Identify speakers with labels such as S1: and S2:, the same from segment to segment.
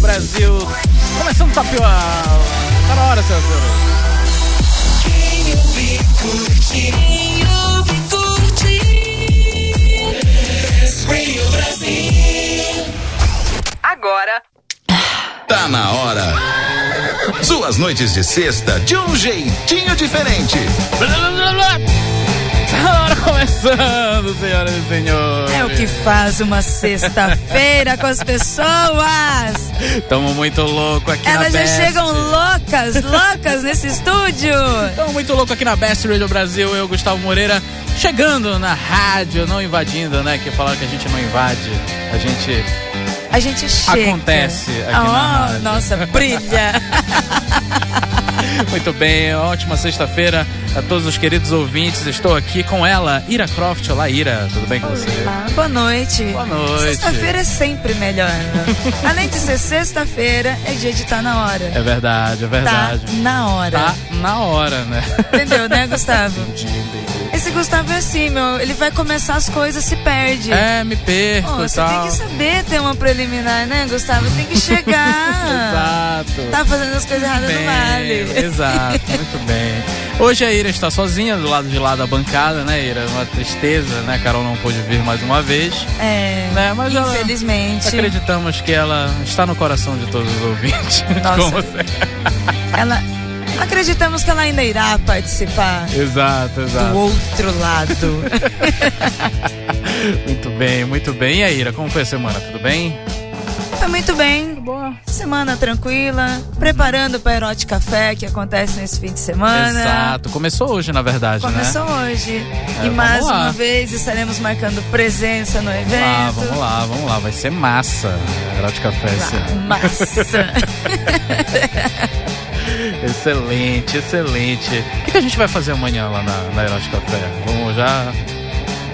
S1: Brasil. Começando tapioca. Tá na hora, senhoras e senhores.
S2: Quem ouve, curte. Quem ouve, curte. Rio Brasil.
S3: Agora,
S4: Tá na hora. Suas noites de sexta de um jeitinho diferente.
S1: Tá na hora começando, senhoras e senhores.
S5: É o que faz uma sexta-feira com as pessoas.
S1: Tamo muito louco aqui na
S5: Elas É, já
S1: Best.
S5: chegam loucas, loucas nesse estúdio.
S1: Tamo muito louco aqui na Best Radio Brasil. Eu, Gustavo Moreira, chegando na rádio, não invadindo, né? Que falaram que a gente não invade. A gente
S5: A gente chega.
S1: Acontece aqui na
S5: Ah, ó,
S1: rádio.
S5: Nossa, brilha.
S1: Muito bem, ótima sexta-feira a todos os queridos ouvintes. Estou aqui com ela, Ira Croft. Olá, Ira. Tudo bem com você?
S5: Olá, Boa noite.
S1: Boa noite.
S5: Sexta-feira é sempre melhor. né? Além de ser sexta-feira, é dia de estar na hora.
S1: É verdade, é
S5: Tá
S1: verdade.
S5: na hora.
S1: Tá na hora, né?
S5: Entendeu, né, Gustavo? Esse Gustavo é assim, meu. Ele vai começar as coisas, se perde.
S1: É, me perco
S5: Ô,
S1: e
S5: você tem
S1: tal.
S5: que saber ter uma preliminar, né, Gustavo? Tem que chegar.
S1: Exato.
S5: tá fazendo as coisas erradas
S1: bem,
S5: no vale.
S1: Exato, muito bem. Hoje a Ira está sozinha do lado de lá da bancada, né, Ira? Uma tristeza, né? Carol não pôde vir mais uma vez.
S5: É.
S1: Né, mas ela-
S5: infelizmente,
S1: Acreditamos que ela está no coração de todos os ouvintes.
S5: Nossa.
S1: Como sempre.
S5: ela. Acreditamos que ela ainda irá participar
S1: Exato,
S5: do
S1: exato.
S5: outro lado.
S1: Muito bem, muito bem. E aí, Ira, como foi a semana? Tudo bem?
S5: Foi muito bem.
S1: Tá
S5: Boa. Semana tranquila. Preparando para Erote Café, que acontece nesse fim de semana.
S1: Exato. Começou hoje, na verdade, né?
S5: Começou hoje. e
S1: vamos
S5: mais
S1: lá.
S5: uma vez estaremos marcando presença no evento.
S1: Ah, vamos lá, vamos lá. Vai ser massa. Erótica Café.
S5: Massa.
S1: Excelente, excelente. O que, que a gente vai fazer amanhã lá na, na Erótica Café? Vamos já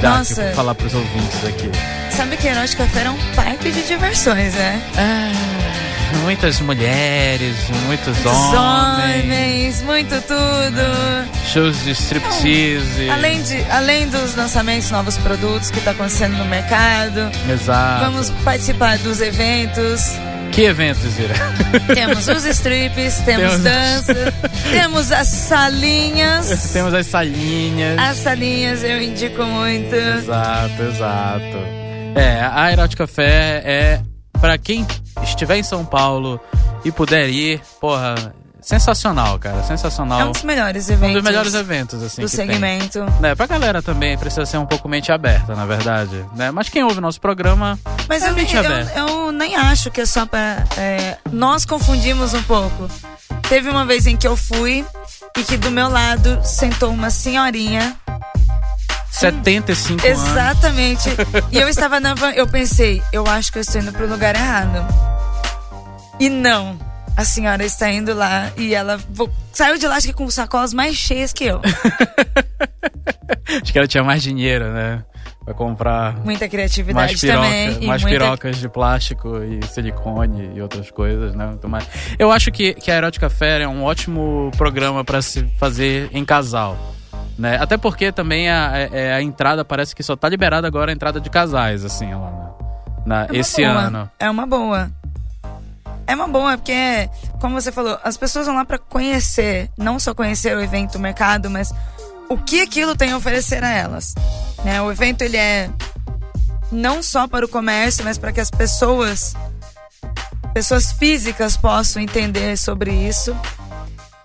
S1: dar aqui,
S5: Nossa.
S1: falar pros ouvintes aqui.
S5: Sabe que Erótica Fair é um parque de diversões, né?
S1: Ah, muitas mulheres, muitos,
S5: Muitos
S1: homens,
S5: homens, muito tudo.
S1: shows de striptease.
S5: Além, de, além dos lançamentos, novos produtos que tá acontecendo no mercado.
S1: Exato.
S5: Vamos participar dos eventos.
S1: Que eventos, Ira?
S5: Temos os strips,
S1: Temos-
S5: temos dança, temos as salinhas.
S1: Temos as salinhas.
S5: As salinhas eu indico muito. É
S1: Exato, exato. É, a Erótica Café é pra quem estiver em São Paulo e puder ir, porra, sensacional, cara,
S5: É
S1: sensacional.
S5: um dos melhores
S1: Um
S5: eventos.
S1: dos melhores eventos, assim,
S5: do
S1: que tem.
S5: segmento.
S1: Né, pra galera também precisa ser um pouco mente aberta, na verdade. Né? Mas quem ouve nosso programa.
S5: Mas eu, nem,
S1: Realmente
S5: eu,
S1: aberto.
S5: eu nem acho que é só pra. é, nós confundimos um pouco. Teve uma vez em que eu fui e que do meu lado sentou uma senhorinha.
S1: 75 anos.
S5: Exatamente. e eu estava na van. Eu pensei, eu acho que eu estou indo pro lugar errado. E não. A senhora está indo lá e ela vo- saiu de lá, acho que com sacolas mais cheias que eu.
S1: Acho que ela tinha mais dinheiro, né? Pra comprar
S5: Muita criatividade
S1: mais, piroca,
S5: também. e
S1: mais
S5: muita-
S1: pirocas de plástico e silicone e outras coisas, né? Muito mais. Eu acho que, que a Erótica Fair é um ótimo programa pra se fazer em casal. Né? Até porque também a, é- a entrada parece que só tá liberada agora a entrada de casais, assim, lá né? na,
S5: É uma
S1: esse
S5: boa,
S1: ano.
S5: É uma boa. É uma boa, porque, como você falou, as pessoas vão lá pra conhecer, não só conhecer o evento, o mercado, mas o que aquilo tem a oferecer a elas. Né? O evento, ele é não só para o comércio, mas para que as pessoas, pessoas físicas possam entender sobre isso,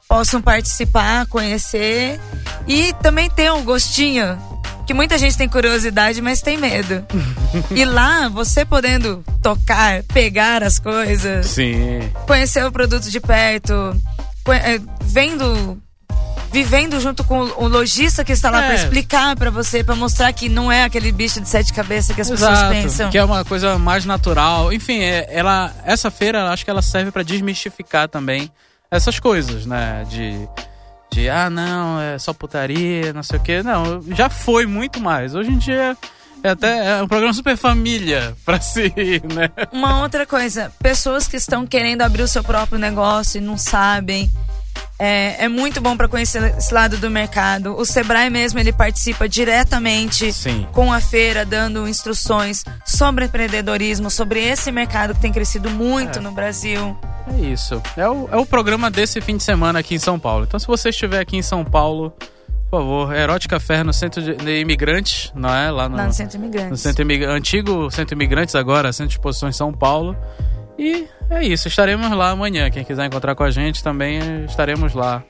S5: possam participar, conhecer e também ter um gostinho, que muita gente tem curiosidade, mas tem medo. E lá, você podendo tocar, pegar as coisas,
S1: Sim.
S5: conhecer o produto de perto, co- eh, vendo. Vivendo junto com o o lojista que está lá
S1: É.
S5: pra explicar pra você, pra mostrar que não é aquele bicho de sete cabeças que as pessoas pensam.
S1: Que é uma coisa mais natural. Enfim, é- ela, essa feira, eu acho que ela serve pra desmistificar também essas coisas, né? De, de, ah, não, é só putaria, não sei o quê. Não, já foi muito mais. Hoje em dia é até é um programa super família pra se ir, né?
S5: Uma outra coisa, pessoas que estão querendo abrir o seu próprio negócio e não sabem. É, é muito bom para conhecer esse lado do mercado. O Sebrae mesmo, ele participa diretamente
S1: Sim.
S5: com a feira, dando instruções sobre empreendedorismo, sobre esse mercado que tem crescido muito no Brasil.
S1: É isso. É o, é o programa desse fim de semana aqui em São Paulo. Então, se você estiver aqui em São Paulo, por favor, Erótica Fé no Centro de, de Imigrantes, não é? Lá no,
S5: Lá no Centro Imigrante.
S1: no centro Imig- antigo Centro Imigrantes, agora Centro de Exposições São Paulo. E é isso. Estaremos lá amanhã. Quem quiser encontrar com a gente também eh, estaremos lá.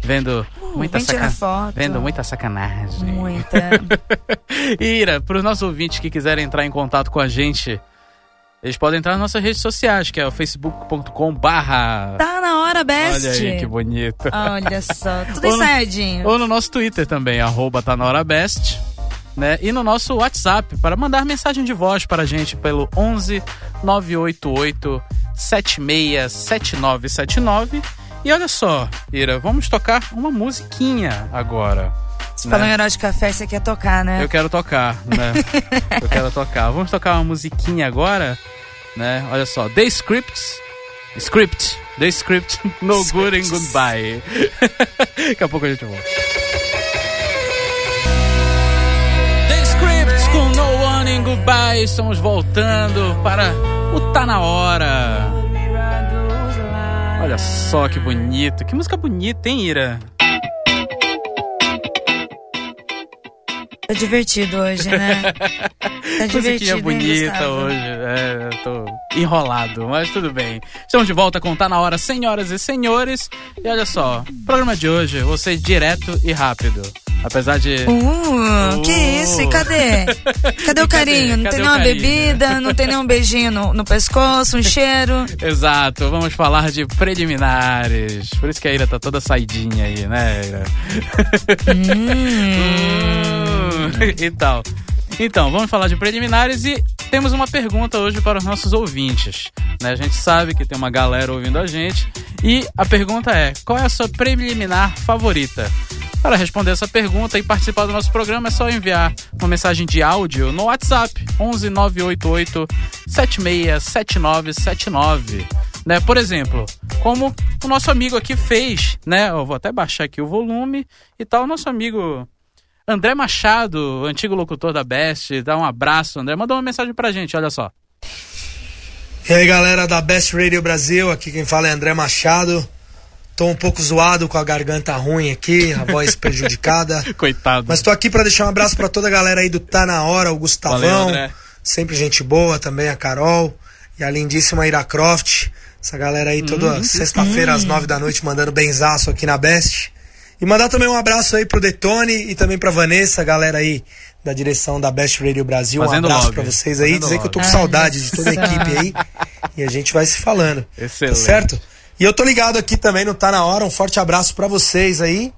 S1: Vendo muita
S5: Uh, vem tirar
S1: sacanagem.
S5: foto.
S1: Vendo muita sacanagem.
S5: Muita.
S1: E, Ira, para os nossos ouvintes que quiserem entrar em contato com a gente, eles podem entrar nas nossas redes sociais, que é o facebook.com barra...
S5: Tá na hora, best.
S1: Olha aí, que bonito.
S5: Olha só, tudo
S1: Ou no-
S5: ensaiadinho.
S1: Ou no nosso Twitter também, arroba tá na hora best. Né? E no nosso WhatsApp, para mandar mensagem de voz para a gente pelo 11 988 767979. E olha só, Ira, vamos tocar uma musiquinha agora.
S5: Se
S1: né?
S5: falando em herói de café, você quer tocar, né?
S1: Eu quero tocar, né? Eu quero tocar. Vamos tocar uma musiquinha agora, né? Olha só, The Scripts. Script, The Script, No Good and Goodbye. Daqui a pouco a gente volta. The Scripts com No One and Goodbye. Estamos voltando para o Tá Na Hora. Olha só que bonito. Que música bonita, hein, Ira?
S5: Tá divertido hoje, né? Tá divertido.
S1: Musiquinha
S5: hein,
S1: é bonita
S5: Gustavo?
S1: hoje. É, eu tô enrolado, mas tudo bem. Estamos de volta com Tá Na Hora, senhoras e senhores. E olha só, programa de hoje, você direto e rápido. Apesar de...
S5: Uh, que isso? E cadê? Cadê
S1: E cadê?
S5: o carinho? Não
S1: Cadê
S5: tem
S1: o
S5: nenhuma
S1: carinho?
S5: bebida, não tem nenhum beijinho no, no pescoço, um cheiro.
S1: Exato, vamos falar de preliminares. Por isso que a Ira tá toda saidinha aí, né, Ira? Hum, e tal. Então, vamos falar de preliminares e temos uma pergunta hoje para os nossos ouvintes. né? A gente sabe que tem uma galera ouvindo a gente e a pergunta é: qual é a sua preliminar favorita? Para responder essa pergunta e participar do nosso programa é só enviar uma mensagem de áudio no WhatsApp 11 988 767979. Né? Por exemplo, como o nosso amigo aqui fez, né? Eu vou até baixar aqui o volume e tal. O nosso amigo André Machado, antigo locutor da Best, dá um abraço, André. Mandou uma mensagem pra gente, olha só.
S6: E aí galera da Best Radio Brasil, aqui quem fala é André Machado. Tô um pouco zoado com a garganta ruim aqui, a voz prejudicada.
S1: Coitado.
S6: Mas tô aqui pra deixar um abraço pra toda a galera aí do Tá Na Hora, o
S1: Valeu,
S6: Gustavão,
S1: André.
S6: sempre gente boa também, a Carol e a lindíssima Ira Croft. Essa galera aí
S1: Uhum.
S6: toda sexta-feira às nove da noite mandando benzaço aqui na Best. E mandar também um abraço aí pro Detone e também pra Vanessa, a galera aí da direção da Best Radio Brasil.
S1: Fazendo
S6: um abraço
S1: lobby.
S6: pra vocês aí,
S1: Fazendo
S6: dizer que eu tô com
S5: lobby.
S6: saudade de toda a
S5: Olha só.
S6: equipe aí e a gente vai se falando.
S1: Excelente.
S6: Tá certo? E eu tô ligado aqui também, não tá na hora. Um forte abraço pra vocês aí.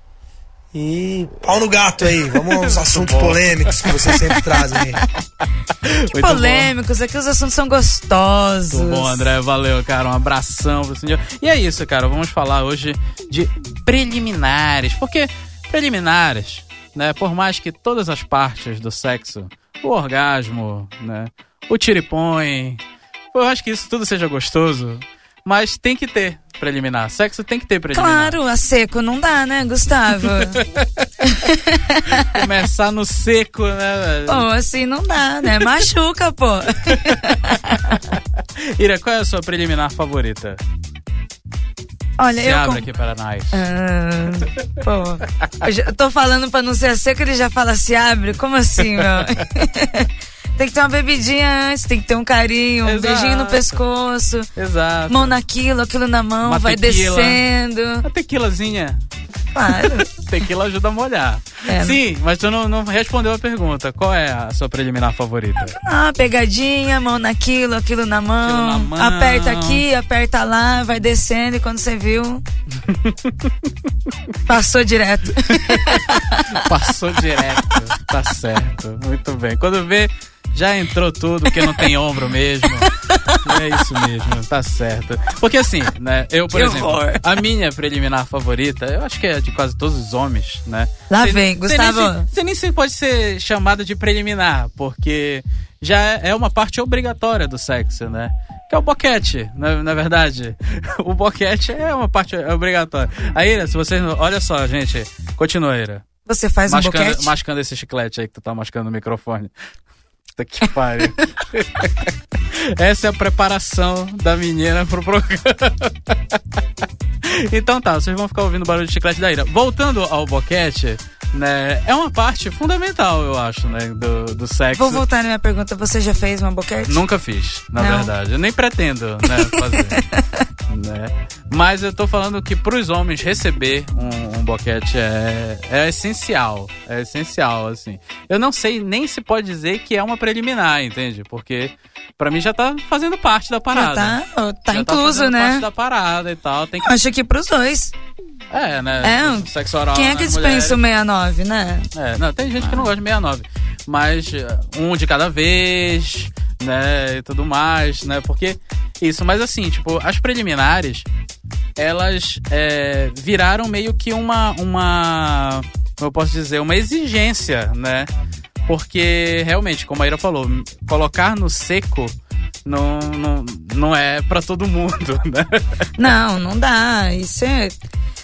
S6: E pau no gato aí. Vamos aos assuntos polêmicos que vocês sempre trazem. aí.
S1: Muito bom.
S5: Polêmicos, aqui os assuntos são gostosos.
S1: Muito bom, André. Valeu, cara. Um abração pro senhor. E é isso, cara. Vamos falar hoje de preliminares. Porque preliminares, né? Por mais que todas as partes do sexo, o orgasmo, né? O tiripõe. Eu acho que isso tudo seja gostoso. Mas tem que ter preliminar. Sexo tem que ter preliminar.
S5: Claro, a seco não dá, né, Gustavo?
S1: Começar no seco, né?
S5: pô, assim não dá, né? Machuca, pô.
S1: Ira, qual é a sua preliminar favorita?
S5: Olha,
S1: Se
S5: eu.
S1: abre
S5: com-
S1: aqui para nós.
S5: Ah, pô, eu já tô falando pra não ser seco, ele já fala se abre? Como assim, meu? tem que ter uma bebidinha antes, tem que ter um carinho, um
S1: Exato.
S5: beijinho no pescoço,
S1: Exato.
S5: mão naquilo, aquilo na mão,
S1: Uma
S5: vai
S1: tequila.
S5: descendo.
S1: A tequilazinha.
S5: Claro.
S1: Tequila ajuda a molhar.
S5: É,
S1: Sim, mas tu não, não respondeu a pergunta. Qual é a sua preliminar favorita?
S5: Ah, pegadinha, mão naquilo, aquilo na mão.
S1: Aquilo na mão.
S5: Aperta aqui, aperta lá, vai descendo e quando você viu. passou direto.
S1: Passou direto. Tá certo. Muito bem. Quando vê, já entrou tudo, porque não tem ombro mesmo. É isso mesmo, tá certo. Porque assim, né? Eu, por
S5: Que
S1: exemplo,
S5: horror.
S1: a minha preliminar favorita, eu acho que é de quase todos os homens, né?
S5: Lá
S1: Você-
S5: vem,
S1: você nem
S5: Gustavo.
S1: se- Você nem se pode ser chamada de preliminar, porque já é é uma parte obrigatória do sexo, né? que é o boquete, na, na verdade. O boquete é uma parte obrigatória. A Ira, se vocês. não- Olha só, gente. Continua, Ira.
S5: Você faz um
S1: Mascando,
S5: boquete?
S1: mascando esse chiclete aí que tu tá mascando no microfone. Puta que pariu. Essa é a preparação da menina pro programa. Então tá, vocês vão ficar ouvindo o barulho de chiclete da Ira. Voltando ao boquete, né? É uma parte fundamental, eu acho, né? Do, do sexo.
S5: Vou voltar na minha pergunta. Você já fez uma boquete?
S1: Nunca fiz, na
S5: Não.
S1: verdade. Eu nem pretendo, né, fazer. né? Mas eu tô falando que pros homens receber um, um boquete é, é essencial. É essencial, assim. Eu não sei nem se pode dizer que é uma preliminar, entende? Porque pra mim já tá fazendo parte da
S5: Já
S1: parada.
S5: tá, ó, tá
S1: Já
S5: incluso,
S1: fazendo
S5: né?
S1: parte da parada e tal. Tem que...
S5: Acho que pros dois.
S1: É, né?
S5: É,
S1: sexo oral.
S5: Quem é que
S1: nas
S5: dispensa o
S1: mulheres.
S5: 69, né?
S1: É, não, tem gente que não gosta de 69. Mas eh, um de cada vez, né? E tudo mais, né? Porque. Isso, mas assim, tipo, as preliminares, elas eh, viraram meio que uma. uma como eu posso dizer, uma exigência, né? Porque, realmente, como a Ira falou, m- colocar no seco não, não, não é pra todo mundo, né?
S5: Não, não dá. Isso é.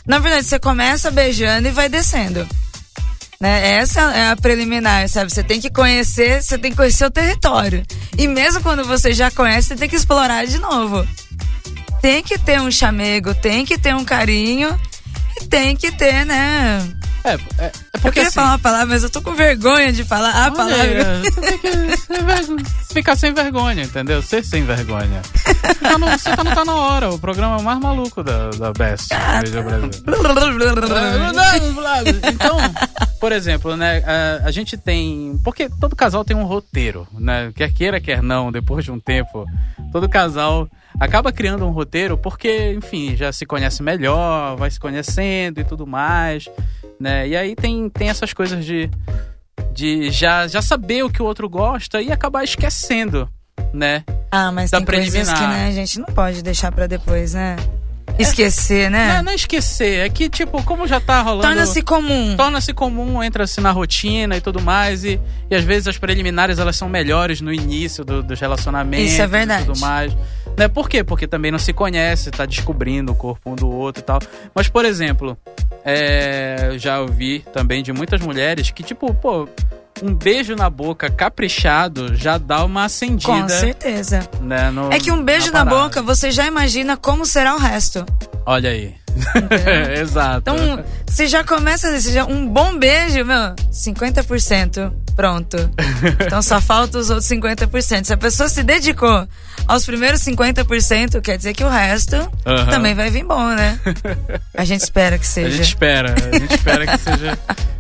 S5: Na verdade, você começa beijando e vai descendo. Né? Essa é a preliminar, sabe? Você tem que conhecer, você tem que conhecer o território. E mesmo quando você já conhece, você tem que explorar de novo. Tem que ter um chamego, tem que ter um carinho e tem que ter, né?
S1: É, é, é
S5: Eu
S1: porque
S5: queria
S1: assim,
S5: falar uma palavra, mas eu tô com vergonha de falar a palavra.
S1: Olha, você tem que ser vergo- ficar sem vergonha, entendeu? Ser sem vergonha. Tá no- Você tá, não tá na hora, o programa mais maluco da, da Best.
S5: Ah,
S1: Veja o Brasil. Ah, Então, por exemplo, né, a, a gente tem. Porque todo casal tem um roteiro, né? Quer queira, quer não, depois de um tempo, todo casal acaba criando um roteiro porque, enfim, já se conhece melhor, vai se conhecendo e tudo mais, né? E aí tem, tem essas coisas de, de já, já saber o que o outro gosta e acabar esquecendo, né?
S5: Ah, mas
S1: Da
S5: tem coisas que
S1: preliminar.
S5: né, a gente não pode deixar pra depois, né? Esquecer, né?
S1: Não, não é esquecer, é que, tipo, como já tá rolando.
S5: Torna-se comum.
S1: Hum. torna-se comum, entra-se na rotina e tudo mais, e, e às vezes as preliminares elas são melhores no início do- dos relacionamentos
S5: Isso é verdade.
S1: e tudo mais. Né? Por quê? Porque também não se conhece, tá descobrindo o corpo um do outro e tal. Mas, por exemplo, é, eu já ouvi também de muitas mulheres que, tipo, pô, um beijo na boca caprichado já dá uma
S5: Com
S1: acendida.
S5: certeza.
S1: Né, no-
S5: É que um beijo na,
S1: parada.
S5: boca, você já imagina como será o resto.
S1: Olha aí. Exato.
S5: Então, você já começa você já, um bom beijo, meu, 50%. Pronto. Então só falta os outros 50%. Se a pessoa se dedicou aos primeiros 50%, quer dizer que o resto
S1: Aham.
S5: também vai vir bom, né? A gente espera que
S1: A
S5: seja.
S1: gente espera, a gente espera que seja,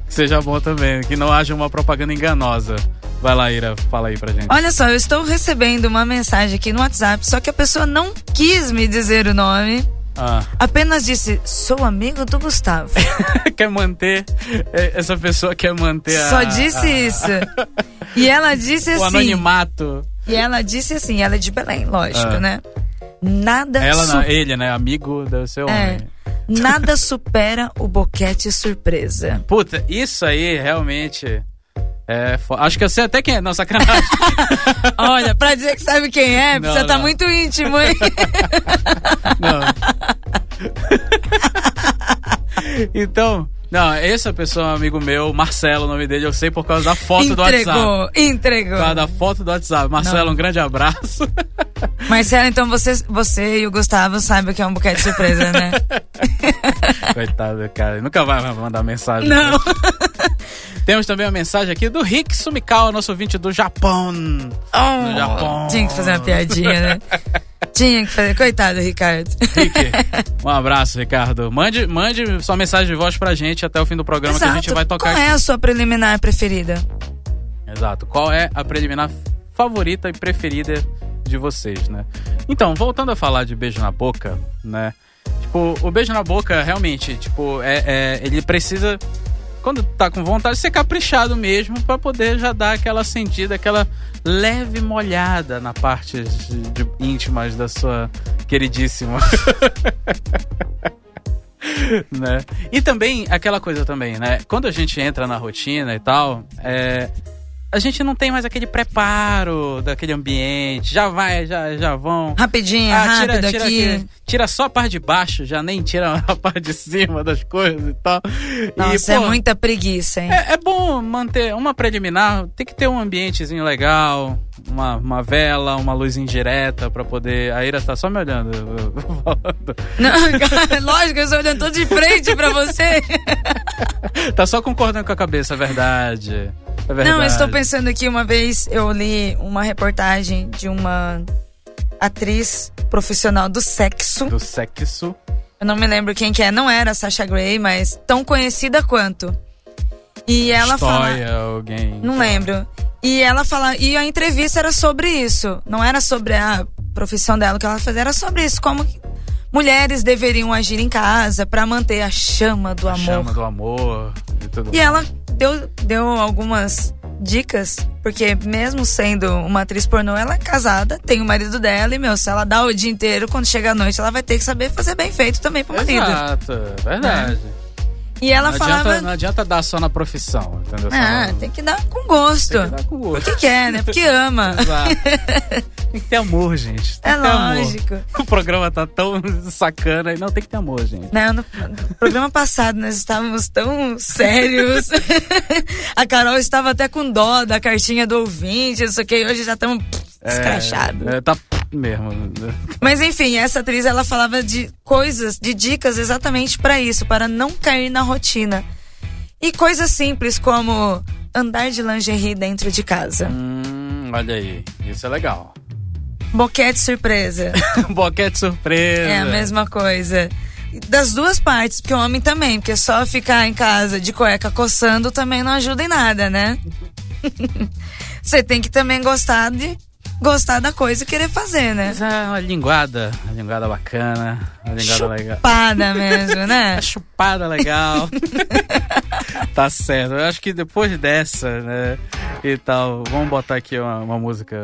S1: que seja bom também, que não haja uma propaganda enganosa. Vai lá, Ira, fala aí pra gente.
S5: Olha só, eu estou recebendo uma mensagem aqui no WhatsApp, só que a pessoa não quis me dizer o nome,
S1: Ah,
S5: apenas disse: sou amigo do Gustavo.
S1: quer manter, eh, essa pessoa quer manter a-
S5: Só disse
S1: a-
S5: isso. E ela disse
S1: o
S5: assim.
S1: anonimato.
S5: E ela disse assim, ela é de Belém, lógico,
S1: Ah.
S5: né? Nada,
S1: Ela,
S5: su-
S1: não, ele, né, amigo do seu
S5: É.
S1: homem.
S5: nada supera o boquete surpresa.
S1: Puta, isso aí realmente é fo- Acho que eu sei até quem é, não, sacanagem.
S5: Olha, pra dizer que sabe quem é,
S1: Não,
S5: você tá
S1: não.
S5: muito íntimo, hein?
S1: Não. então, não, essa pessoa é um amigo meu, Marcelo, o nome dele, eu sei por causa da foto do WhatsApp.
S5: entregou, entregou.
S1: Por causa da foto do WhatsApp. Marcelo, um grande abraço. um.
S5: Marcelo, então você, você e o Gustavo sabem o que é um boquete surpresa, né?
S1: Coitado, cara. ele Nunca vai mais mandar mensagem.
S5: não.
S1: Temos também uma mensagem aqui do Rick Sumikawa, nosso ouvinte do Japão.
S5: Oh,
S1: No Japão.
S5: Tinha que fazer uma piadinha, né? Tinha que fazer. Coitado, Ricardo.
S1: Rick, um abraço, Ricardo. Mande, mande sua mensagem de voz pra gente até o fim do programa que a gente vai tocar
S5: Qual é a sua preliminar preferida?
S1: Exato. Qual é a preliminar favorita e preferida de vocês, né? Então, voltando a falar de beijo na boca, né? Tipo, o beijo na boca, realmente, tipo, é, é- ele precisa, quando tá com vontade, ser caprichado mesmo pra poder já dar aquela sentida, aquela leve molhada na parte de- de- íntimas da sua queridíssima. né? E também, aquela coisa também, né? Quando a gente entra na rotina e tal, é, a gente não tem mais aquele preparo daquele ambiente. Já vai, já, já vão. Ah,
S5: Rapidinho, rápido
S1: tira,
S5: aqui.
S1: tira- tira só a parte de baixo, já nem tira a parte de cima das coisas e tal.
S5: Nossa,
S1: e,
S5: é
S1: pô,
S5: muita preguiça, hein?
S1: é, é bom manter uma preliminar, tem que ter um ambientezinho legal, uma, uma vela, uma luz indireta pra poder. A Ira tá só me olhando. eu- eu- eu falando.
S5: Não, lógico, eu estou olhando todo de frente pra você.
S1: tá só concordando com a cabeça, é verdade. É verdade.
S5: Não, eu estou pensando aqui, uma vez eu li uma reportagem de uma atriz profissional do sexo.
S1: Do sexo.
S5: Eu não me lembro quem que é, não era a Sasha Grey, mas tão conhecida quanto. E ela fala...
S1: história, alguém.
S5: Não lembro. E ela fala, e a entrevista era sobre isso. Não era sobre a profissão dela o que ela fazia, era sobre isso, como que mulheres deveriam agir em casa pra manter a chama do é amor.
S1: Chama do amor e tudo
S5: E ela deu, deu algumas dicas, porque mesmo sendo uma atriz pornô, ela é casada, tem o marido dela, e meu, se ela dá o dia inteiro, quando chega a noite, ela vai ter que saber fazer bem feito também pro marido.
S1: Exato, é verdade.
S5: E ela
S1: não,
S5: falava.
S1: adianta, não adianta dar só na profissão, entendeu? Só-
S5: Ah, tem que dar com gosto.
S1: tem que dar com o
S5: Porque quer, né? Porque ama.
S1: Exato. tem que ter amor, gente. Tem
S5: É
S1: que ter amor.
S5: lógico.
S1: O programa tá tão sacana e não tem que ter amor, gente.
S5: Né, no no programa passado nós estávamos tão sérios. a Carol estava até com dó da cartinha do ouvinte, não sei o que, e hoje já estamos escrachados.
S1: É, tá mesmo.
S5: Mas enfim, essa atriz ela falava de coisas, de dicas exatamente para isso, para não cair na rotina. E coisas simples como andar de lingerie dentro de casa,
S1: Hum, olha aí, isso é legal.
S5: boquete surpresa,
S1: Boquete surpresa.
S5: é a mesma coisa. Das duas partes, porque o homem também, porque só ficar em casa de cueca coçando também não ajuda em nada, né? Você tem que também gostar de gostar da coisa e querer fazer, né?
S1: Mas é uma linguada, uma linguada bacana, uma linguada legal.
S5: Chupada mesmo, né?
S1: Uma chupada legal. tá certo. Eu acho que depois dessa, né? E tal, vamos botar aqui uma, uma música.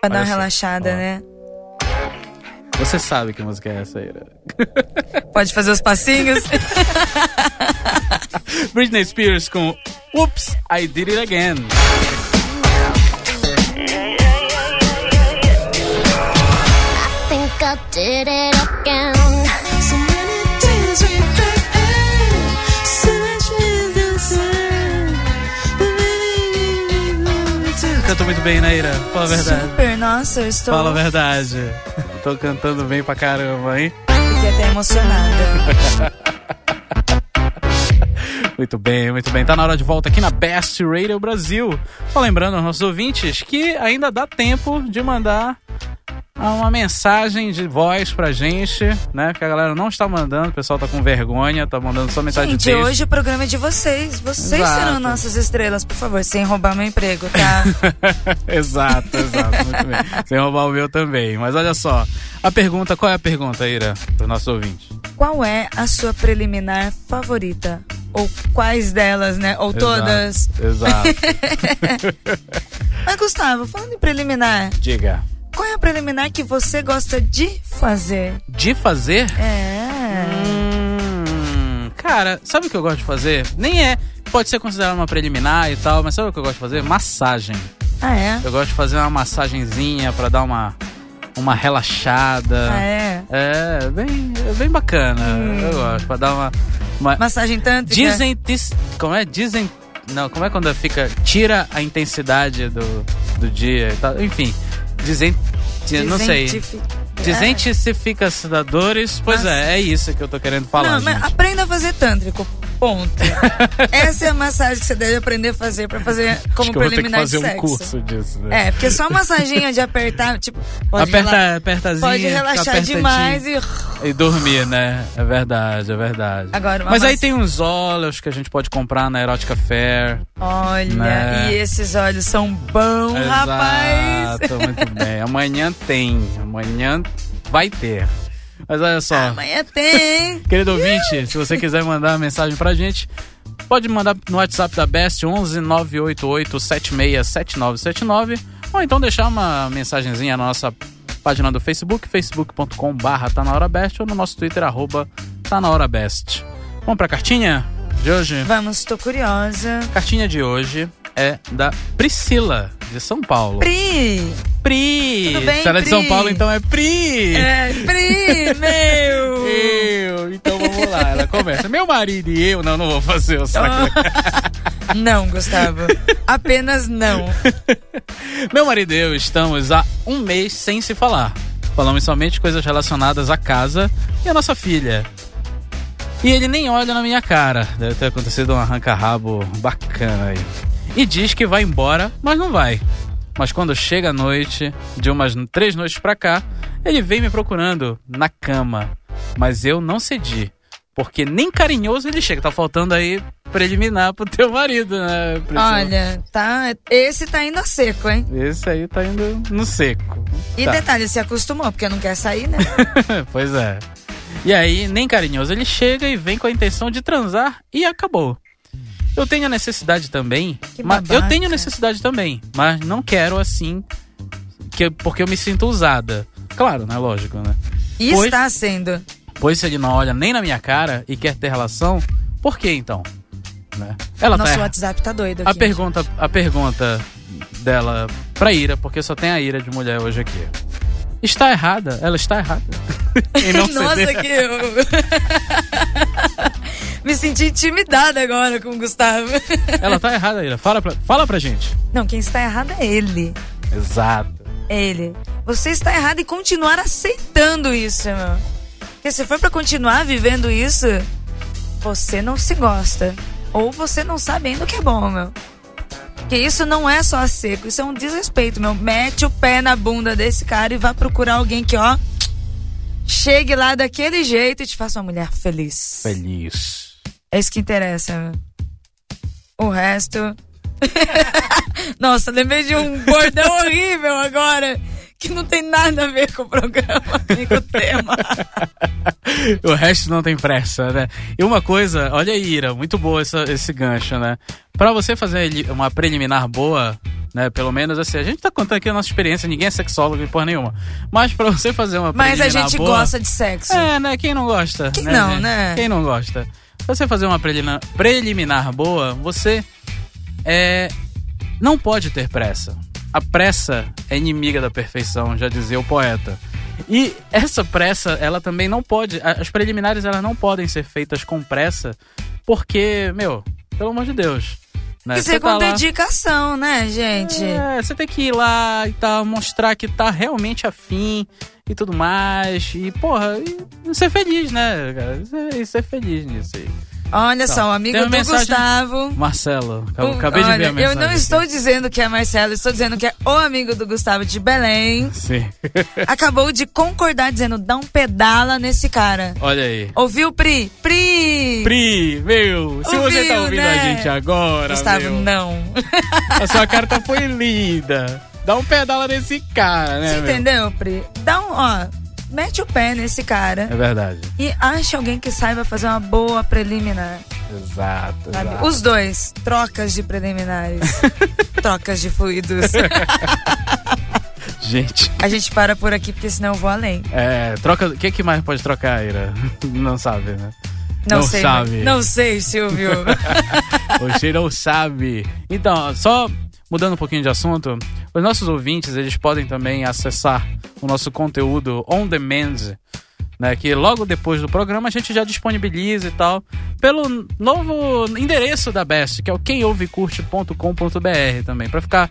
S5: Pra dar uma
S1: Olha só.
S5: relaxada,
S1: Ó.
S5: né?
S1: Você sabe que música é essa, Ira.
S5: Pode fazer os passinhos.
S1: Britney Spears com Oops, I Did It Again.
S7: think I did it again.
S2: So many things we could end. So much misunderstanding. But maybe we need to
S1: Cantou muito bem, né, Ira? Fala a verdade.
S5: Super, nossa, eu estou
S1: Fala a verdade. Tô cantando bem pra caramba, hein?
S5: fiquei até emocionada.
S1: Muito bem, muito bem. Tá na hora de volta aqui na Best Radio Brasil. Só lembrando aos nossos ouvintes que ainda dá tempo de mandar ah, uma mensagem de voz pra gente, né? Que a galera não está mandando, o pessoal tá com vergonha, tá mandando só mensagem de
S5: Gente,
S1: texto.
S5: hoje o programa é de vocês. Vocês
S1: Exato.
S5: serão nossas estrelas, por favor, sem roubar meu emprego, tá?
S1: exato, exato, muito bem. Sem roubar o meu também. Mas olha só, a pergunta, qual é a pergunta, Ira, pro nosso ouvinte?
S5: Qual é a sua preliminar favorita? Ou quais delas, né? Ou todas.
S1: Exato.
S5: Mas, Gustavo, falando em preliminar,
S1: Diga.
S5: qual é a preliminar que você gosta de fazer?
S1: De fazer?
S5: É.
S1: Hum, cara, sabe o que eu gosto de fazer? Nem é. Pode ser considerado uma preliminar e tal, mas sabe o que eu gosto de fazer? Massagem.
S5: Ah, é?
S1: Eu gosto de fazer uma massagenzinha pra dar uma, uma relaxada.
S5: Ah, é? Hum.
S1: É, bem, é bem bacana. Eu gosto, pra dar uma. uma...
S5: Massagem tântrica?
S1: Dizem. tis- Como é? Dizem. Não, como é quando fica. Tira a intensidade do, do dia e tal. Enfim. Dizem. Não sei.
S5: Dizentifi- É.
S1: Desentificadores, pois
S5: Mas-
S1: é, é isso que eu tô querendo falar.
S5: Não, mas ah,
S1: gente.
S5: aprenda a fazer tântrico. Ponto. Essa é a massagem que você deve aprender a fazer pra fazer
S1: Acho
S5: como
S1: que eu vou ter que
S5: preliminar
S1: fazer
S5: de
S1: um
S5: sexo.
S1: curso disso, né?
S5: É, porque só a massaginha de apertar, tipo, pode,
S1: Aperta,
S5: rela-
S1: apertazinha,
S5: pode
S1: fica
S5: relaxar
S1: apertadinho.
S5: demais e.
S1: E dormir, né? É verdade, é verdade.
S5: Agora, uma
S1: Mas aí
S5: massa-
S1: tem uns óleos que a gente pode comprar na Erótica Fair.
S5: Olha,
S1: Né?
S5: e esses olhos são bons, Um rapaz.
S1: Exato, muito bem. Amanhã tem, amanhã vai ter. Mas olha só,
S5: Amanhã tem.
S1: querido ouvinte, se você quiser mandar uma mensagem pra gente, pode mandar no WhatsApp da Best 11 988 767979 ou então deixar uma mensagenzinha na nossa página do Facebook, facebook.com barra tá na hora best ou no nosso Twitter, arroba tá na hora best. Vamos pra cartinha de hoje?
S5: Vamos, tô curiosa.
S1: Cartinha de hoje é da Priscila, de São Paulo.
S5: Pri!
S1: Pri!
S5: Tudo bem,
S1: Se ela é de São
S5: Pri?
S1: Paulo, então é Pri!
S5: É, Pri, meu!
S1: Eu, então vamos lá. Ela começa. Meu marido e eu, não, não vou fazer o
S5: Ah,
S1: saco.
S5: Não, Gustavo. Apenas não.
S1: Meu marido e eu estamos há um mês sem se falar. Falamos somente coisas relacionadas à casa e à nossa filha. E ele nem olha na minha cara. Deve ter acontecido um arranca-rabo bacana aí. E diz que vai embora, mas não vai. Mas quando chega a noite, de umas três noites pra cá, ele vem me procurando na cama. Mas eu não cedi. Porque nem carinhoso ele chega. Tá faltando aí preliminar pro teu marido, né? Priscila?
S5: Olha, tá, esse tá indo a seco, hein?
S1: Esse aí tá indo no seco.
S5: E
S1: Tá.
S5: detalhe, se acostumou, porque não quer sair, né?
S1: pois é. E aí, nem carinhoso, ele chega e vem com a intenção de transar e acabou. Eu tenho a necessidade também.
S5: Que
S1: ma- eu
S5: babaca.
S1: tenho necessidade também, mas não quero assim, que, porque eu me sinto usada. Claro, né? Lógico, né?
S5: E
S1: Pois-
S5: está sendo.
S1: Pois se ele não olha nem na minha cara e quer ter relação, por que então? Né? Ela
S5: Nosso
S1: tá
S5: WhatsApp tá doido aqui.
S1: A pergunta, a pergunta dela pra Ira, porque só tem a Ira de mulher hoje aqui. Está errada? Ela está errada. Em não
S5: Nossa,
S1: ceder.
S5: que eu... Me senti intimidada agora com o Gustavo.
S1: Ela tá errada, Ira. Fala pra, fala pra gente.
S5: Não, quem está errado é ele.
S1: Exato.
S5: É ele. Você está errado e continuar aceitando isso, meu. Porque se for pra continuar vivendo isso, você não se gosta. Ou você não sabe ainda o que é bom, meu. Porque isso não é só seco, isso é um desrespeito, meu. Mete o pé na bunda desse cara e vá procurar alguém que, ó, chegue lá daquele jeito e te faça uma mulher feliz.
S1: Feliz.
S5: É isso que interessa, meu. O resto. Nossa, lembrei de um bordão horrível agora. Que não tem nada a ver com o programa, nem com o tema.
S1: O resto não tem pressa, né? E uma coisa, olha aí, Ira, muito boa essa- esse gancho, né? Pra você fazer ele- uma preliminar boa, né? Pelo menos assim, a gente tá contando aqui a nossa experiência, ninguém é sexólogo e porra nenhuma. Mas pra você fazer uma
S5: Mas
S1: preliminar
S5: a gente
S1: boa,
S5: gosta de sexo.
S1: É, né? Quem não gosta?
S5: Quem não,
S1: gente?
S5: né?
S1: Quem não gosta? Pra você fazer uma prelina- preliminar boa, você é, não pode ter pressa. A pressa é inimiga da perfeição, já dizia o poeta. E essa pressa, ela também não pode. a- As preliminares, elas não podem ser feitas com pressa, porque, meu, pelo amor de Deus. Né?
S5: E
S1: Você
S5: ser
S1: tá
S5: com
S1: lá-
S5: dedicação, né, gente?
S1: é, você tem que ir lá e tá, mostrar que tá realmente afim e tudo mais. E, porra, e ser feliz, né, cara? Ser- E ser feliz nisso aí.
S5: Olha
S1: Tá.
S5: só, o amigo
S1: Tem
S5: do
S1: uma mensagem-
S5: Gustavo.
S1: Marcelo, acabei, acabei de ver
S5: Um, Olha,
S1: a mensagem.
S5: eu não
S1: aqui.
S5: estou dizendo que é Marcelo, estou dizendo que é o amigo do Gustavo de Belém.
S1: Sim.
S5: acabou de concordar dizendo, dá um pedala nesse cara.
S1: Olha aí.
S5: Ouviu, Pri? Pri!
S1: Pri, meu, se você tá
S5: Ouviu,
S1: ouvindo
S5: né?
S1: a gente agora,
S5: Gustavo,
S1: meu,
S5: não.
S1: a sua carta foi linda. Dá um pedala nesse cara, né,
S5: Você
S1: meu?
S5: entendeu, Pri? Dá um, ó, mete o pé nesse cara
S1: É verdade.
S5: e acha alguém que saiba fazer uma boa preliminar.
S1: Exato,
S5: sabe?
S1: exato.
S5: Os dois, trocas de preliminares, trocas de fluidos.
S1: Gente,
S5: A gente para por aqui porque senão eu vou além.
S1: é, troca... O que, que mais pode trocar, Ira? Não sabe, né?
S5: Não,
S1: Não
S5: sei.
S1: sabe.
S5: Não sei, Silvio.
S1: Você não sabe. Então, só mudando um pouquinho de assunto, os nossos ouvintes, eles podem também acessar o nosso conteúdo on demand, né, que logo depois do programa a gente já disponibiliza e tal, pelo novo endereço da Best, que é o quemouvecurte.com.br também, para ficar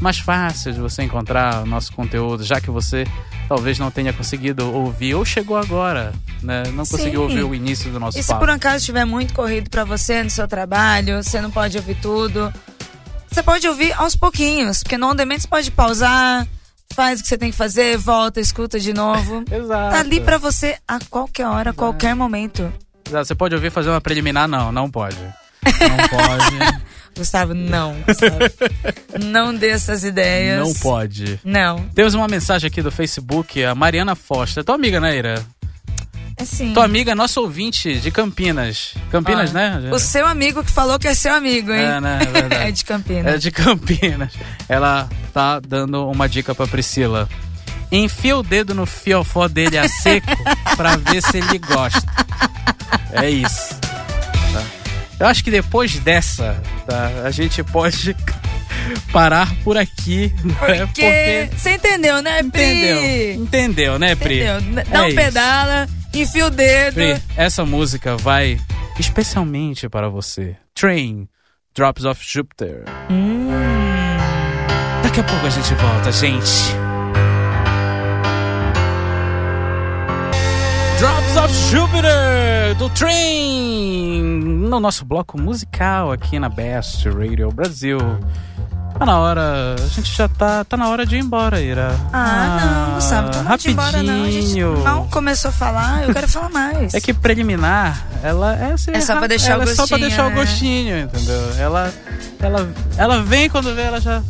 S1: mais fácil de você encontrar o nosso conteúdo, já que você talvez não tenha conseguido ouvir ou chegou agora, né, não conseguiu
S5: Sim.
S1: ouvir o início do nosso
S5: e se
S1: papo.
S5: por um acaso estiver muito corrido pra você no seu trabalho, você não pode ouvir tudo. Você pode ouvir aos pouquinhos, porque no on demand você pode pausar, faz o que você tem que fazer, volta, escuta de novo.
S1: Exato.
S5: Tá ali pra você a qualquer hora, a qualquer momento.
S1: Ah, Você pode ouvir fazer uma preliminar? Não, não pode. Não pode.
S5: Gustavo, não. Gustavo. não dê essas ideias.
S1: não pode.
S5: Não.
S1: Temos uma mensagem aqui do Facebook, a Mariana Foster. Tua amiga, né, Ira?
S5: É sim.
S1: Tua amiga, nossa ouvinte de Campinas. Campinas,
S5: Ó,
S1: né?
S5: Ah, O seu amigo que falou que é seu amigo, hein?
S1: É, né? É verdade.
S5: É de Campinas.
S1: É de Campinas. Ela tá dando uma dica pra Priscila. Enfia o dedo no fiofó dele a seco pra ver se ele gosta. É isso. tá? Eu acho que depois dessa, tá, a gente pode parar por aqui. né?
S5: Porque. Você entendeu, né, Pri?
S1: Entendeu? Entendeu, né, Pri?
S5: Entendeu? Dá
S1: É
S5: um
S1: isso.
S5: pedala, enfia o dedo.
S1: Pri, essa música vai especialmente para você. Train, Drops of Jupiter.
S5: Hum.
S1: Daqui a pouco a gente volta, gente. Drops of Jupiter do Train no nosso bloco musical aqui na Best Radio Brasil. Tá na hora, a gente já tá, tá na hora de ir embora, Ira.
S5: Ah, não, não sabe. Então não vamos
S1: rapidinho.
S5: embora, não. A gente mal começou a falar, eu quero falar mais.
S1: É que preliminar, ela é assim,
S5: É só pra deixar
S1: ela
S5: o
S1: É só pra
S5: gostinho,
S1: deixar o
S5: né?
S1: gostinho, entendeu? Ela, ela, ela vem quando vê, ela já,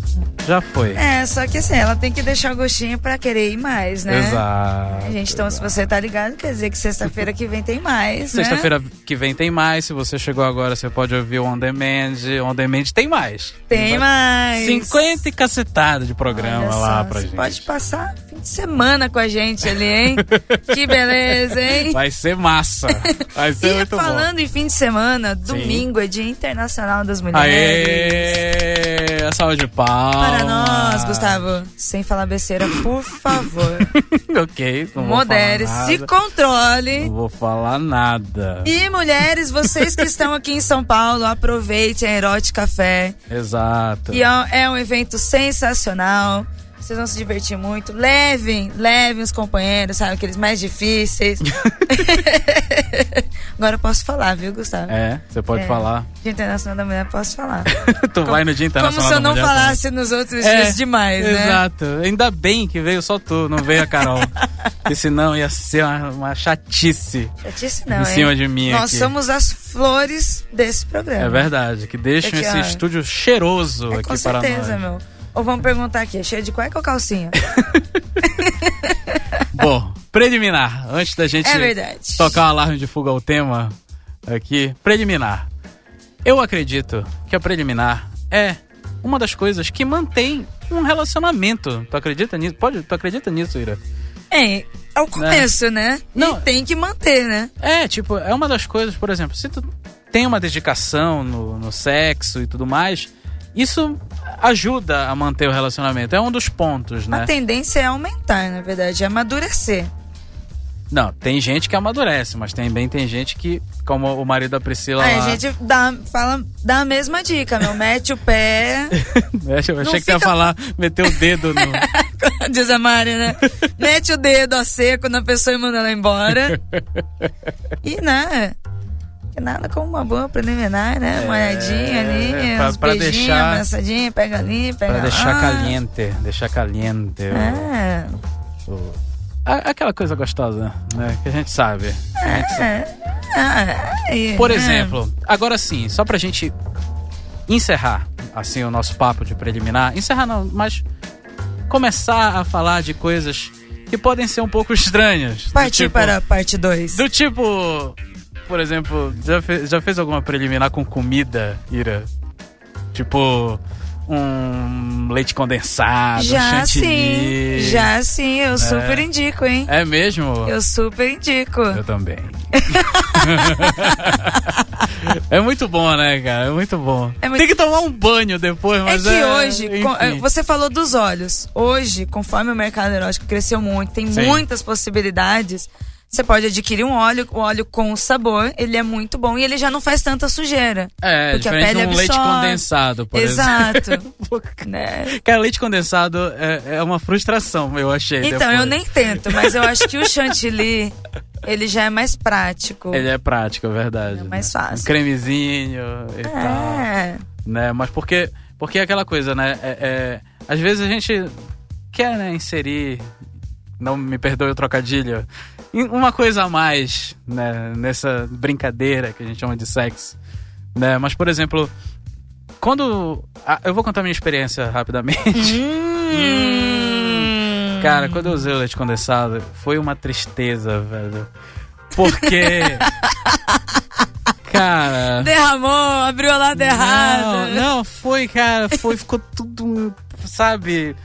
S1: já foi.
S5: É, só que assim, ela tem que deixar o gostinho pra querer ir mais, né?
S1: Exato.
S5: Gente, então se você tá ligado, quer dizer que sexta-feira que vem tem mais, né?
S1: Sexta-feira que vem tem mais. Se você chegou agora, você pode ouvir o On Demand. On Demand tem mais.
S5: Tem mais.
S1: 50 e cacetada de
S5: Olha
S1: programa
S5: só,
S1: lá pra
S5: você
S1: gente.
S5: Pode passar fim de semana com a gente ali, hein? que beleza, hein?
S1: Vai ser massa. Vai ser
S5: E
S1: muito
S5: falando em fim de semana,
S1: Sim.
S5: domingo é Dia Internacional das
S1: bom.
S5: Mulheres.
S1: Aê! A salva de palmas.
S5: Para nós, Gustavo. Sem falar besteira, por favor.
S1: ok, não vou
S5: Modere,
S1: falar
S5: se
S1: nada.
S5: controle.
S1: Não vou falar nada.
S5: E mulheres, vocês que estão aqui em São Paulo, aproveitem a Erote Café.
S1: Exato.
S5: E é é um evento sensacional. Vocês vão se divertir muito. Levem, levem os companheiros, sabe? Aqueles mais difíceis. Agora eu posso falar, viu, Gustavo?
S1: É, você pode
S5: É.
S1: falar.
S5: Dia Internacional da Mulher, posso falar.
S1: tu vai no Dia
S5: Como
S1: Internacional
S5: se
S1: da
S5: eu não
S1: Mulher
S5: falasse nos outros
S1: também. É,
S5: dias demais, né?
S1: Exato. Ainda bem que veio só tu, não veio a Carol. Porque senão ia ser uma, uma chatice.
S5: Eu disse não,
S1: Em
S5: hein?
S1: cima de mim
S5: Nós
S1: aqui.
S5: somos as flores desse programa.
S1: É verdade, que deixam
S5: Aqui,
S1: esse
S5: ó.
S1: estúdio cheiroso
S5: É,
S1: aqui
S5: com certeza,
S1: para nós. É
S5: meu. Ou vamos perguntar aqui, é cheio de cueca ou calcinha?
S1: Bom, preliminar, antes da gente
S5: É verdade.
S1: tocar o alarme de fuga ao tema aqui, preliminar. Eu acredito que a preliminar é uma das coisas que mantém um relacionamento. Tu acredita nisso? Pode, tu acredita nisso, Ira?
S5: É, é o começo, né?
S1: Não.
S5: E tem que manter, né?
S1: É, tipo, é uma das coisas, por exemplo, se tu tem uma dedicação no, no sexo e tudo mais, isso ajuda a manter o relacionamento. É um dos pontos, né?
S5: A tendência é aumentar, na verdade, é amadurecer.
S1: Não, tem gente que amadurece, mas também tem gente que, como o marido da Priscila
S5: Aí
S1: lá.
S5: a gente dá, fala, dá a mesma dica, meu. Mete o pé.
S1: Eu achei que
S5: não
S1: você ia
S5: fica-
S1: falar, meter o dedo no.
S5: Diz a Mari, né? Mete o dedo a seco na pessoa e manda ela embora. E né? que Nada como uma boa preliminar, né? Uma olhadinha ali,
S1: É, pra-
S5: uns
S1: pra
S5: beijinhos,
S1: deixar-
S5: abraçadinha, pega ali, pega
S1: pra
S5: lá.
S1: deixar caliente, deixar caliente. o-
S5: É,
S1: o- a- aquela coisa gostosa, né? Que a gente sabe.
S5: é, é, é, é.
S1: Por
S5: É.
S1: exemplo, agora sim, só pra gente encerrar assim o nosso papo de preliminar, encerrar não, mas começar a falar de coisas que podem ser um pouco estranhas. do
S5: Partir
S1: tipo-
S5: para a parte 2.
S1: Do tipo, por exemplo, já, fe- já fez alguma preliminar com comida, Ira? Tipo, um leite condensado,
S5: Já sim,
S1: chantilly. Né?
S5: já sim, eu super indico, hein?
S1: É mesmo?
S5: Eu super indico.
S1: Eu também. é muito bom, né, cara? É muito bom.
S5: É muito-
S1: Tem que tomar um banho depois,
S5: É
S1: mas
S5: que hoje, com-
S1: enfim.
S5: é, você falou dos olhos. Hoje, conforme o mercado erótico cresceu muito, tem
S1: Sim.
S5: muitas possibilidades. Você pode adquirir um óleo, o óleo com sabor, ele é muito bom e ele já não faz tanta sujeira.
S1: É,
S5: porque a
S1: diferente de um
S5: pele
S1: leite
S5: absorve.
S1: condensado, por
S5: Exato.
S1: exemplo.
S5: né?
S1: Cara, leite condensado é, é uma frustração, eu achei.
S5: Então,
S1: depois.
S5: eu nem tento, mas eu acho que o chantilly, ele já é mais prático.
S1: Ele é prático, é verdade.
S5: É mais
S1: né?
S5: fácil.
S1: Um cremezinho e tal.
S5: É.
S1: Né? Mas porque, porque é aquela coisa, né? É- é, às vezes a gente quer né, inserir, não me perdoe o trocadilho, em- uma coisa a mais né, nessa brincadeira que a gente chama de sexo. Né? Mas, por exemplo, quando. ah, eu vou contar minha experiência rapidamente.
S5: Hum.
S1: Cara, quando eu usei o leite condensado, foi uma tristeza, velho. Porque. cara.
S5: Derramou, abriu a lado
S1: Não,
S5: errado.
S1: não, foi, cara. Foi, ficou tudo. Sabe?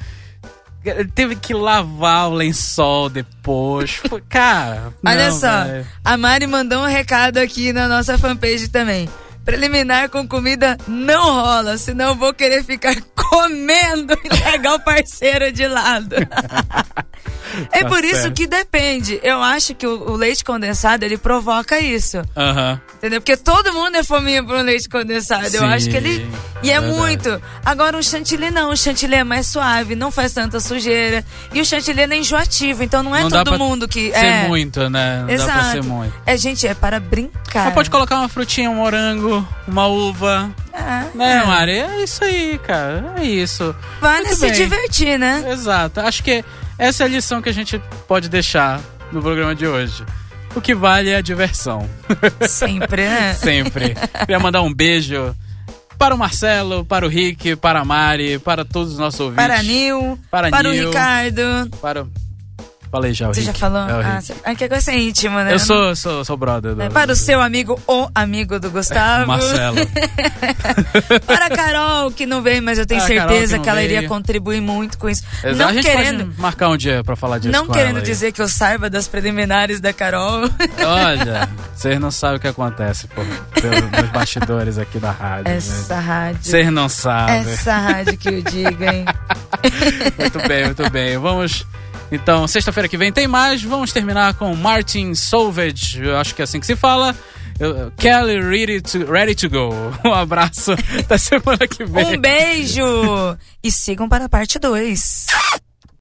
S1: Teve que lavar o lençol depois. Foi, cara.
S5: Olha
S1: não,
S5: só,
S1: velho.
S5: a Mari mandou um recado aqui na nossa fanpage também. Preliminar com comida não rola, senão eu vou querer ficar comendo e largar o parceiro de lado. é
S1: Tá
S5: por isso
S1: certo.
S5: que depende. Eu acho que o, o leite condensado ele provoca isso.
S1: Aham.
S5: Entendeu? Porque todo mundo é fominha por um leite condensado. Eu
S1: Sim,
S5: acho que ele. E é
S1: verdade.
S5: muito. Agora, um chantilly não. O chantilly é mais suave, não faz tanta sujeira. E o chantilly ele é enjoativo, então não é
S1: Não dá
S5: todo
S1: pra
S5: mundo que.
S1: Ser
S5: é.
S1: muito, né? Não
S5: Exato.
S1: dá pra ser muito.
S5: É, gente, é para brincar.
S1: Mas pode colocar uma frutinha, um morango, uma uva.
S5: Ah,
S1: Né, Mari? É isso aí, cara. É isso.
S5: vale
S1: Muito
S5: se
S1: bem.
S5: divertir, né?
S1: Exato. Acho que essa é a lição que a gente pode deixar no programa de hoje. O que vale é a diversão.
S5: Sempre, né?
S1: Sempre. Queria mandar um beijo para o Marcelo, para o Rick, para a Mari, para todos os nossos ouvintes.
S5: Para Nil,
S1: Para
S5: para, o
S1: Nil.
S5: Ricardo.
S1: Para. Falei já, o
S5: Você
S1: Rick.
S5: já falou?
S1: É o Rick.
S5: Ah, você- ah, que coisa é íntima, né?
S1: Eu sou, sou, sou brother do.
S5: É, Para o seu amigo ou amigo do Gustavo.
S1: Marcelo.
S5: Para a Carol, que não veio, mas eu tenho
S1: Ah, a Carol que
S5: certeza
S1: não
S5: que ela iria
S1: veio.
S5: contribuir muito com isso.
S1: Exato. a
S5: Não
S1: gente
S5: querendo,
S1: pode marcar um dia pra falar disso.
S5: não
S1: com
S5: querendo
S1: ela aí.
S5: dizer que eu saiba das preliminares da Carol.
S1: Olha, vocês não sabem o que acontece, pô, pelo- nos bastidores aqui da rádio. né?
S5: Essa rádio.
S1: Vocês não sabem.
S5: Essa rádio que eu diga, hein?
S1: Muito bem, muito bem. Vamos. Então, sexta-feira que vem tem mais. Vamos terminar com Martin Solveig. Eu acho que é assim que se fala. Eu- Kelly ready to, ready to Go. Um abraço. Até semana que vem.
S5: Um beijo! E sigam para a parte 2.